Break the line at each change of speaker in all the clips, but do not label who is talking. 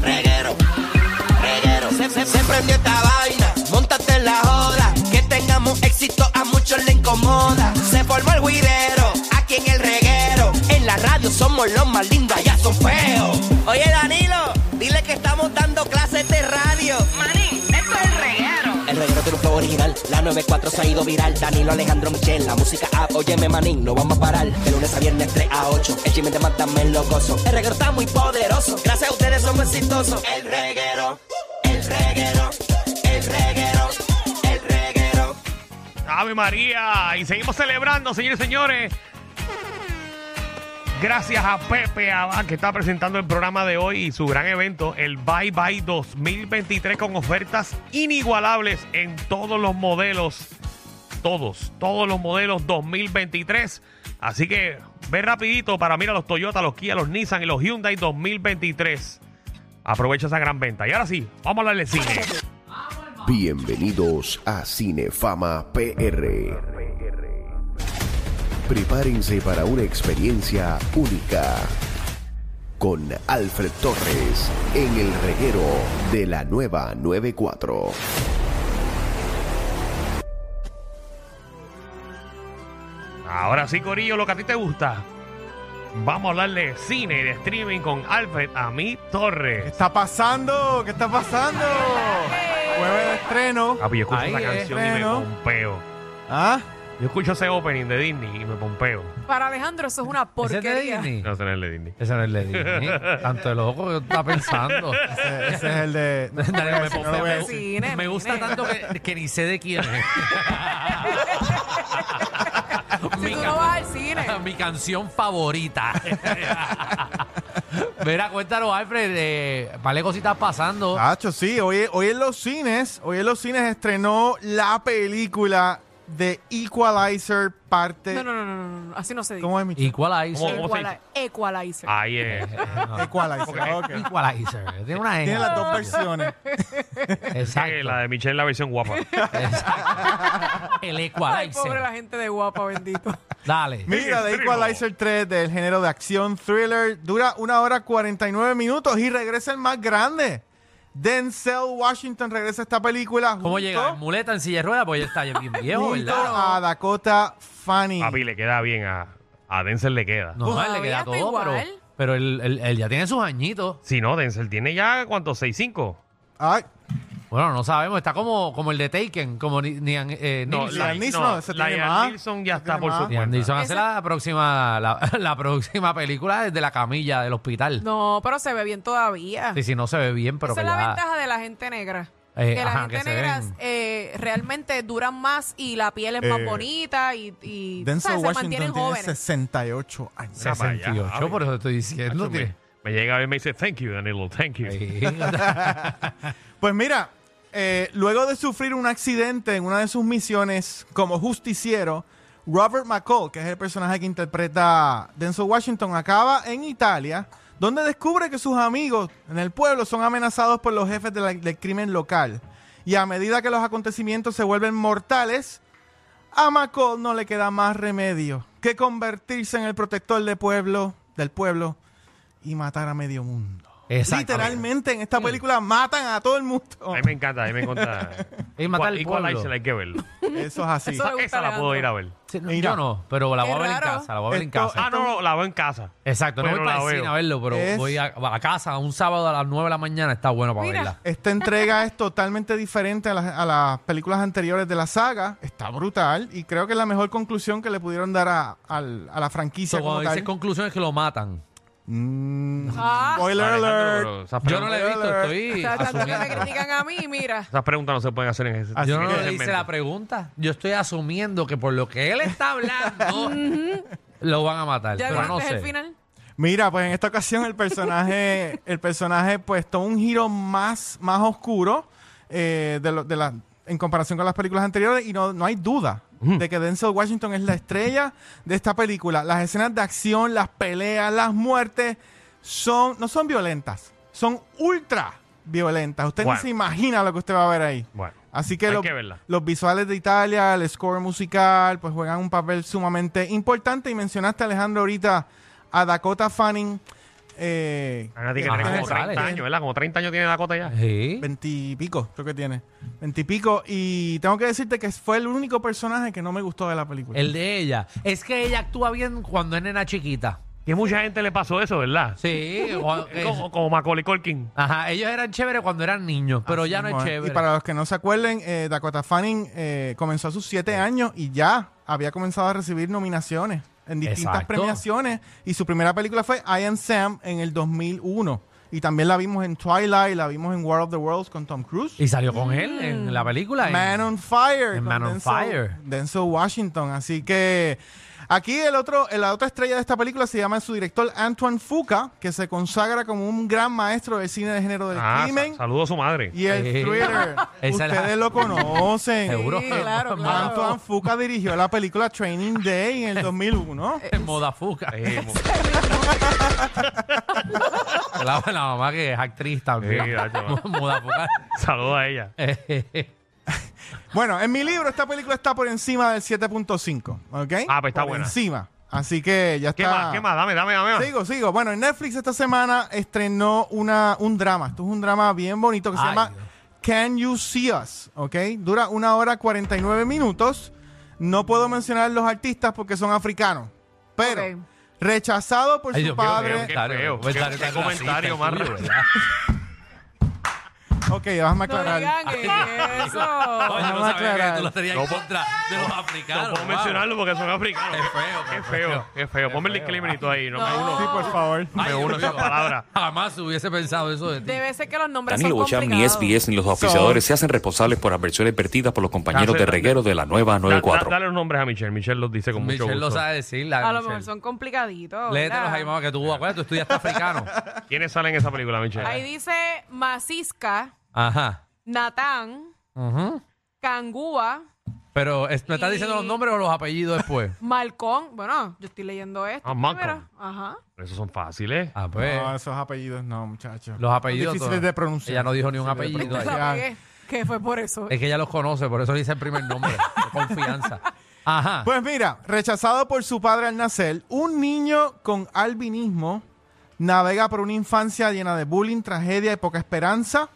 Reguero, reguero, se, se, se prendió esta vaina, montate en la joda, que tengamos éxito a muchos le incomoda. Se formó el guirero, aquí en el reguero, en la radio somos los más lindos, allá son feos. Oye Danilo, dile que estamos dando clases de radio.
Manín, esto es el reguero.
El reguero tiene un flow original, la 94 se ha ido viral, Danilo Alejandro Michel, la música app, óyeme manín, no vamos a parar, de lunes a viernes 3 a 8, el chisme de Mátame lo gozo, el reguero está muy poderoso, gracias a ustedes somos exitosos. El reguero, el reguero, el reguero, el reguero.
Ave María. Y seguimos celebrando, señores y señores. Gracias a Pepe Abad que está presentando el programa de hoy y su gran evento, el Bye Bye 2023, con ofertas inigualables en todos los modelos. Todos, todos los modelos 2023. Así que ve rapidito para mira los Toyota, los Kia, los Nissan y los Hyundai 2023. Aprovecha esa gran venta. Y ahora sí, vamos a hablar de cine.
Bienvenidos a Cinefama PR. Prepárense para una experiencia única con Alfred Torres en el reguero de la nueva 94.
Ahora sí, Corillo, lo que a ti te gusta. Vamos a hablar de cine y de streaming con Alfred Ami
¿Qué
Torres.
está pasando? ¿Qué está pasando? Jueves de estreno.
Ah, pues yo escucho
Ahí
esa
es
canción y
estreno.
me pompeo.
¿Ah?
Yo escucho ese opening de Disney y me pompeo.
Para Alejandro eso es una
¿Ese es de
porquería.
Disney?
No, ese no es el de Disney.
Ese no es de Disney. Tanto de loco que está pensando.
Ese, ese es el de... No,
Dale,
no,
me,
ese no lo
me-
voy a
me-
decir.
Cine,
me gusta
nene.
tanto que, que ni sé de quién es.
Si tú
ca-
no vas al cine.
mi canción favorita. Verá, cuéntanos, Alfred, eh, vale cositas pasando.
Tacho, sí. Hoy, hoy en los cines, hoy en los cines estrenó la película de Equalizer parte...
No, no, no, no, no, no, así no se dice.
¿Cómo es mi
¿Y cuál
¿Cómo- cómo se
Equali- Equalizer.
Ah,
Ahí es.
Equalizer. ok.
Eh, Equalizer. Tiene una N.
Tiene las dos versiones.
Sí,
Exacto.
la de Michelle, la versión guapa.
Exacto. El
Ay, pobre la
Equalizer.
gente de guapa, bendito.
Dale.
Mira, The
Extremo.
Equalizer 3 del género de acción thriller dura una hora 49 minutos y regresa el más grande. Denzel Washington regresa a esta película.
¿Cómo
junto-
llega? ¿En muleta, en silla de ruedas? Pues ya está bien viejo,
junto
¿verdad?
a Dakota Fanning.
Papi, le queda bien a, a Denzel, le queda.
No,
Pues
él le
todavía
queda
está
todo,
igual.
pero, pero él, él- él ya tiene sus añitos.
Si no, Denzel tiene ya, ¿cuánto? ¿6-5?
Ay,
Bueno, no sabemos, está como, como el de Taken, como ni, ni, eh,
No,
Nilsson.
la-
Liam Neeson, ese tiene
Liam
más.
Neeson ya
Ese
está
tiene
por su
más.
cuenta.
Liam Neeson hace
Esa-
la próxima, la, la próxima película desde la camilla del hospital.
No, pero se ve bien todavía.
Sí, sí, no se ve bien, pero
Esa
que
es la
ya-
ventaja de la gente negra.
Eh,
que
ajá,
la gente
que se
negra
ven.
eh, realmente duran más y la piel es más
Eh,
bonita y, y
Denzel
¿sabes? se mantienen
Washington tiene
jóvenes.
68 años.
Mira para allá,
68, por eso te estoy
Hacho,
diciendo.
me,
tiene-
me llega a ver y me dice, thank you, Danilo, thank you.
Sí.
Pues mira, eh, luego de sufrir un accidente en una de sus misiones como justiciero, Robert McCall, que es el personaje que interpreta Denzel Washington, acaba en Italia, donde descubre que sus amigos en el pueblo son amenazados por los jefes de la- del crimen local. Y a medida que los acontecimientos se vuelven mortales, a McCall no le queda más remedio que convertirse en el protector de pueblo, del pueblo y matar a medio mundo.
Exactamente.
Literalmente en esta película matan a todo el mundo.
A mí me encanta, a mí me encanta.
Y matar al
Equalizer,
pueblo.
hay que verlo.
Eso es así.
Eso le gusta
Esa la puedo
Alejandro.
ir a ver.
Sí, no,
Mira.
yo no, pero la voy a
Qué
ver en
raro.
casa, la voy a ver en
Esto-
casa.
Ah, no, no, la veo en casa.
Exacto, no
pero
voy para
la
el cine
veo.
a verlo, pero
Es-
voy a, a casa un sábado a las 9 de la mañana, está bueno para
Mira.
verla.
Esta entrega es totalmente diferente a las, a las películas anteriores de la saga. Está brutal y creo que es la mejor conclusión que le pudieron dar a, al- a la franquicia.
So,
como
cuando dices
tal.
conclusiones que lo matan.
Mm,
Ah.
spoiler
Alejandro,
alert.
pero esas
Yo no le he
preguntas-
visto, estoy
O sea, tanto que me
asumiendo.
critican a mí, mira.
Esas preguntas no se pueden hacer en ese
Así
Yo no
en ese
le hice
segmento.
la pregunta. Yo estoy asumiendo que por lo que él está hablando, lo van a matar.
¿Ya
pero no
viste
sé.
el final?
Mira, pues en esta ocasión el personaje, el personaje pues toma un giro más, más oscuro eh, de lo- de la- en comparación con las películas anteriores y no, no hay duda de que Denzel Washington es la estrella de esta película. Las escenas de acción, las peleas, las muertes son no son violentas, son ultra violentas. Usted
Bueno.
ni se imagina lo que usted va a ver ahí.
Bueno,
Así que,
hay
los-
que verla.
los visuales de Italia, el score musical, pues juegan un papel sumamente importante. Y mencionaste, Alejandro, ahorita a Dakota Fanning. Eh,
Ana tiene
Ajá,
como 30
González.
años, ¿eh? ¿verdad? Como 30 años tiene Dakota ya.
Sí.
Veintipico, creo que tiene. Veintipico. Y tengo que decirte que fue el único personaje que no me gustó de la película.
El de ella. Es que ella actúa bien cuando es nena chiquita.
Y a mucha gente le pasó eso, ¿verdad?
Sí. o-
Es Como, como Macaulay Culkin.
Ajá, ellos eran chéveres cuando eran niños, pero ya no es chévere.
Y para los que no se acuerden, eh, Dakota Fanning eh, comenzó a sus siete años y ya había comenzado a recibir nominaciones en distintas
Exacto.
premiaciones. Y su primera película fue I Am Sam en el 2001. Y también la vimos en Twilight, la vimos en War of the Worlds con Tom Cruise.
Y salió con él
Mm.
en la película. en-
Man on Fire.
en
con
Man on
Denzel-
Fire.
Denzel Washington. Así que aquí el otro, la otra estrella de esta película se llama su director Antoine Fuqua, que se consagra como un gran maestro del cine de género del
Ah,
crimen.
sa- saludo a su madre.
Y el
Sí.
thriller,
Esa es la-
ustedes lo conocen.
Seguro.
Sí, claro, claro.
Antoine Fuqua dirigió la película Training Day en el 2001.
En moda fuca.
Eh, mo-
La, la mamá que es actriz también.
Sí, la chava.
moda fuca.
saludo a ella.
Bueno, en mi libro esta película está por encima del 7.5, ¿ok?
Ah, pues está
Por
buena.
encima. Así que ya está.
¿Qué más? ¿Qué más? Dame, dame, dame. dame.
Sigo, sigo. Bueno, en Netflix esta semana estrenó una, un drama. Esto es un drama bien bonito que se
Ay,
llama
Dios.
Can You See Us? ¿Ok? Dura una hora 49 minutos. No puedo mencionar los artistas porque son africanos. Pero
Ok.
rechazado por
Ay,
su
Dios mío,
padre.
Qué feo, qué- qué
tan
comentario
racista,
más
tío,
raro.
¿verdad?
Ok, vamos a
No
aclarar.
digan eso.
Oye, yo no
Vamos a
sabía que
aclarar.
tú lo tenías en contra de los africanos.
No puedo
wow.
mencionarlo porque son africanos.
Qué feo,
Qué
qué
feo,
feo.
qué feo. Ponme el disclaimer y tú ahí. No, me
No.
uno.
Sí, por favor.
Ay,
Me
Dios
uno a esas
mío.
palabras.
Jamás hubiese pensado eso de ti.
Debe ser que los nombres
Danilo
son
Bocham, ni
complicados.
SBS ni los auspiciadores se hacen responsables por adversiones vertidas por los compañeros
Dale,
de
dale.
reguero de la nueva
Da- da-
94.
dale los nombres a Michelle. Michelle los dice con
Michelle
mucho
lo
gusto.
sabe decir. La
A lo
Michelle.
mejor son complicaditos.
Léete los
¿verdad?
ahí, mamá, que tú, acuérdate, tú estudiaste africano.
¿Quiénes salen en esa película, Michelle?
Ahí dice Macisca,
Ajá.
Natán,
Ujú.
Cangúa,
Pero, ¿es- ¿me estás
Y-
diciendo los nombres o los apellidos después?
Malcón. Bueno, yo estoy leyendo esto.
Ah, Malcolm.
primero. Ajá.
Esos son fáciles.
Ah, pues.
No, esos apellidos no, muchachos.
Los apellidos
Difíciles
todos.
de pronunciar.
Ella no dijo ni un
Difíciles de
apellido ahí.
pronunciar.
La pegué, que fue por eso.
Es que ella los conoce, por eso le dice el primer nombre. Con confianza. Ajá.
Pues mira, rechazado por su padre al nacer, un niño con albinismo navega por una infancia llena de bullying, tragedia y poca esperanza.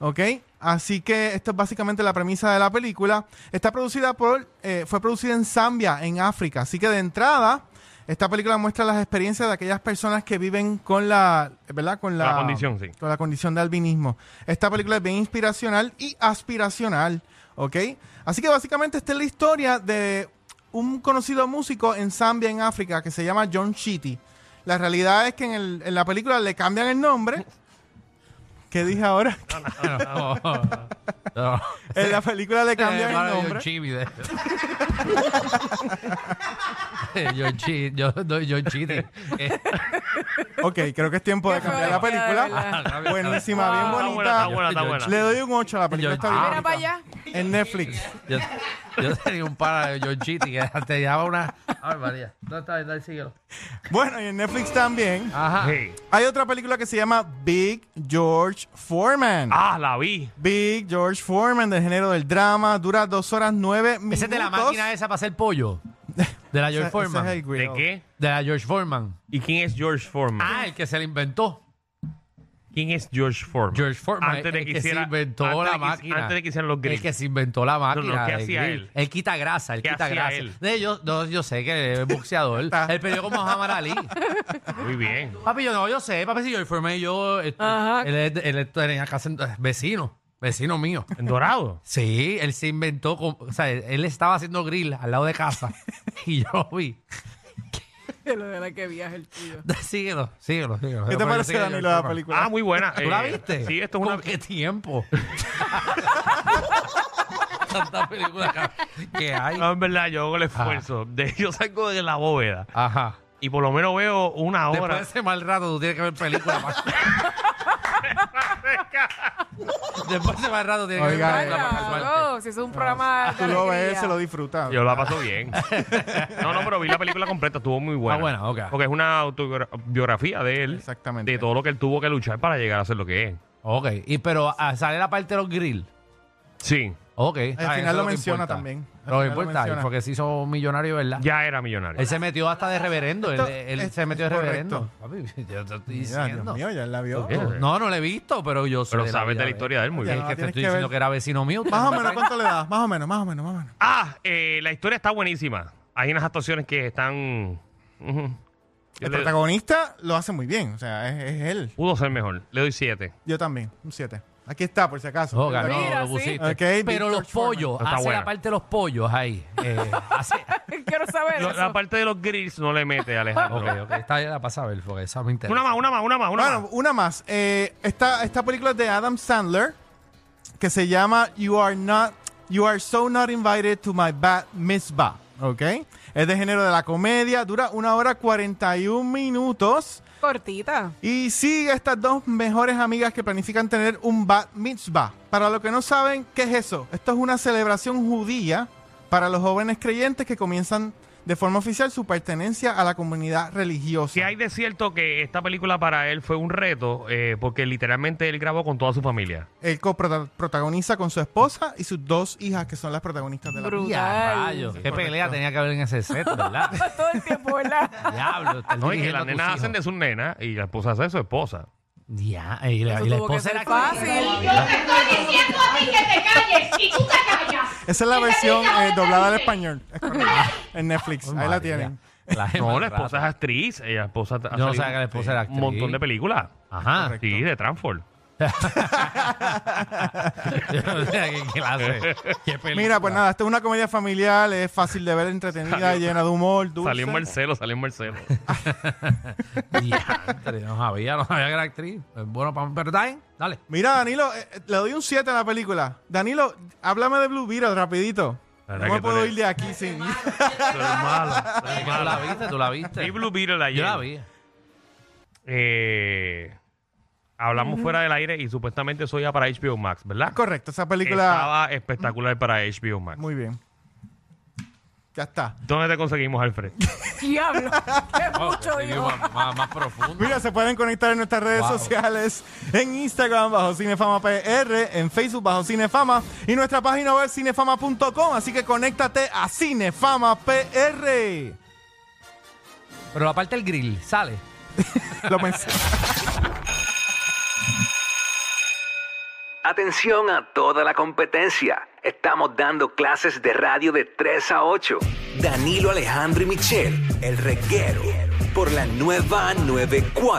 ¿Ok? Así que esto es básicamente la premisa de la película. Está producida por. eh, fue producida en Zambia, en África. Así que de entrada, esta película muestra las experiencias de aquellas personas que viven con la. ¿Verdad? Con la,
La condición, sí.
con la condición de albinismo. Esta película es bien inspiracional y aspiracional, ¿ok? Así que básicamente esta es la historia de un conocido músico en Zambia, en África, que se llama John Chitty. La realidad es que en, el- en la película le cambian el nombre. ¿Qué dije ahora?
No. No.
en la película le cambian
Eh, para
el
John
nombre.
Chibi de- Eh, John Chi- yo- no, John Chiti. Eh,
Ok, creo que es tiempo de
Qué feo Ah,
cambiar la
que queda,
película.
¿verdad?
está bien,
Buenísima, bien
Está buena, Ah, está
bonita.
buena, está buena.
Le doy un 8 a la película.
Yo-
Está bien
Ah,
Mira
bonita.
para allá.
En Netflix.
Yo, yo tenía un para de John Chiti que te llevaba una. Ay, María. No está bien, dale, síguelo.
Bueno, y en Netflix también.
Ajá.
Sí.
Hay otra película que se llama Big George Foreman.
Ah, la vi.
Big George Foreman, del género del drama, dura dos horas nueve minutos.
Ese es de la máquina esa para hacer pollo. De la
Ese-
George
ese
Foreman.
es el
¿De
grill.
qué?
De la George Foreman.
¿Y quién es George Foreman?
Ah, el que se la inventó.
¿Quién es George Foreman?
George Foreman.
Antes de
el
que
que se
hiciera-
inventó
antes de
la
que-
máquina.
Antes de que hicieran los
El que
grill.
se inventó la máquina.
no, ¿qué
del
hacía
grill.
él?
quita grasa, él
¿Qué
quita
hacía
grasa.
él?
De- yo, no, yo sé que es boxeador. él peleó como Muhammad Ali.
Muy bien.
Papi, yo no, yo sé, papi, si yo informé, yo. eh,
Ajá.
Él, es- él es- tenía casa en- vecino, vecino mío.
En dorado.
Sí, él se inventó, con- o sea, él estaba haciendo grill al lado de casa y yo lo vi.
Lo de la que viaja el tuyo.
Síguelo, síguelo, síguelo.
¿Qué te
Pero
parece,
sigue yo,
Danilo, la
yo,
película?
Ah, muy buena.
¿Tú la
Eh,
viste?
Sí, esto es una.
¿Con qué tiempo? Tantas películas que- que hay. Ah.
No, en verdad, yo hago el esfuerzo. De, yo salgo de la bóveda
Ajá.
y por lo menos veo una
Después de
hora.
ese mal rato, tú tienes que ver películas. Después de ese mal rato, tienes
Oiga,
que ver películas. para
Ay,
calmarte.
no, si es un programa de
Ah, Tú lo ves,
alegría.
se lo disfrutas.
Yo la paso bien. No, no, pero vi la película completa, estuvo muy buena.
Ah, buena, ok.
Porque es una autobiografía de él.
Exactamente.
De todo lo que él tuvo que luchar para llegar a ser lo que es.
Ok, y, pero ah, sale la parte de los grill.
Sí,
Ok. Ah, Al
final lo menciona también. Al
Lo que
final lo
importa,
menciona.
porque se hizo millonario, ¿verdad?
ya era millonario.
Él se metió hasta de reverendo. Él, él
esto
se metió de
es
reverendo. Papi, yo te estoy
Mira,
diciendo. Eh,
Dios mío, ya él la vio.
Bien.
No, no lo he visto, pero yo sé.
Pero sabes de la historia de él muy
Ya
bien.
no,
Es
Ah,
que te
tienes
estoy
que
diciendo
ver.
que era vecino mío.
Más o menos, ¿cuánto le das? Más o menos, más o menos, más o menos.
Ah, eh, la historia está buenísima. Hay unas actuaciones que están. Ujú. Yo
El
le-
protagonista lo hace muy bien, o sea, es, es él.
Pudo ser mejor. Le doy siete.
Yo también, un 7. Aquí está, por si acaso.
Joga, no,
Mira,
Oh, lo
sí.
pusiste.
Ok,
pero
Victor
los
Foreman.
pollos,
Está
hace
buena.
la parte de los pollos ahí. Eh, hace...
Quiero saber
Lo-
eso.
la parte de los grills no le mete, Alejandro.
ok, ok, está bien la pasa a ver, porque esa me interesa.
Una más, una más, una más, una
Bueno,
más.
una más. Eh, esta, esta película es de Adam Sandler que se llama You Are Not, You Are So Not Invited to My Bad Mitzvah. ¿Ok? Es de género de la comedia, dura una hora 41 minutos.
Cortita.
Y sigue a estas dos mejores amigas que planifican tener un bat mitzvah. Para los que no saben, ¿qué es eso? Esto es una celebración judía para los jóvenes creyentes que comienzan de forma oficial su pertenencia a la comunidad religiosa.
Si hay de cierto que esta película para él fue un reto, eh, porque literalmente él grabó con toda su familia.
Él coprotagoniza con su esposa y sus dos hijas, que son las protagonistas de la
Brutal.
Ya, rayos,
Sí,
qué
correcto.
pelea tenía que haber en ese set, ¿verdad?
Ah, Todo el tiempo, ¿verdad?
Diablo, estar
No, y que las
dirigiendo a tus
nenas
hijos.
hacen de sus nenas y la esposa hace de su esposa.
Ya, y la,
Eso
y la
tuvo que
esposa
ser
era
fácil.
La-
estoy diciendo a ti que te calles y tú te callas.
Esa es la versión eh, doblada al español. Es correcta. en Netflix.
Oh,
Ay,
Ahí la
María.
tienen.
La gema
No,
del
la esposa es
rato.
actriz. Ella esposa ha
Yo Este no
salido
sabía que la esposa era
Un
actriz.
montón de películas. Ah,
Ajá.
Sí, de Transform.
Yo no sé qué clase. Qué película.
Mira, pues nada, esta es una comedia familiar, es fácil de ver, entretenida, llena de humor, dulce.
Salió en Marcelo, salió en Marcelo.
Diantre, no sabía, no sabía que era actriz. Es Bueno, pa- pero está bien, ¿eh? dale.
Mira, Danilo, eh, eh, le doy un 7 a la película. Danilo, háblame de Blue Beetle rapidito.
La
No
verdad
me
que tú
puedo
eres-
ir de aquí sin...
Tú eres malo. Tú la viste, tú la viste.
Y Blue Beetle ayer.
Yo la vi.
Eh, hablamos fuera del aire y supuestamente eso iba para HBO Max, ¿verdad?
Correcto, esa película...
Estaba espectacular para HBO Max.
Muy bien. Ya está.
¿Dónde te conseguimos, Alfred?
Diablo. Qué
Oh,
mucho
review
dijo.
más, más, más profundo.
Mira, se pueden conectar en nuestras redes
Wow.
sociales, en Instagram bajo Cinefama PR, en Facebook bajo Cinefama y nuestra página web cinefama.com, así que conéctate a Cinefama PR.
Pero la parte del grill, sale.
Lo pensé.
Atención a toda la competencia. Estamos dando clases de radio de 3 a 8. Danilo Alejandro y Michel, el reguero, por la nueva 94.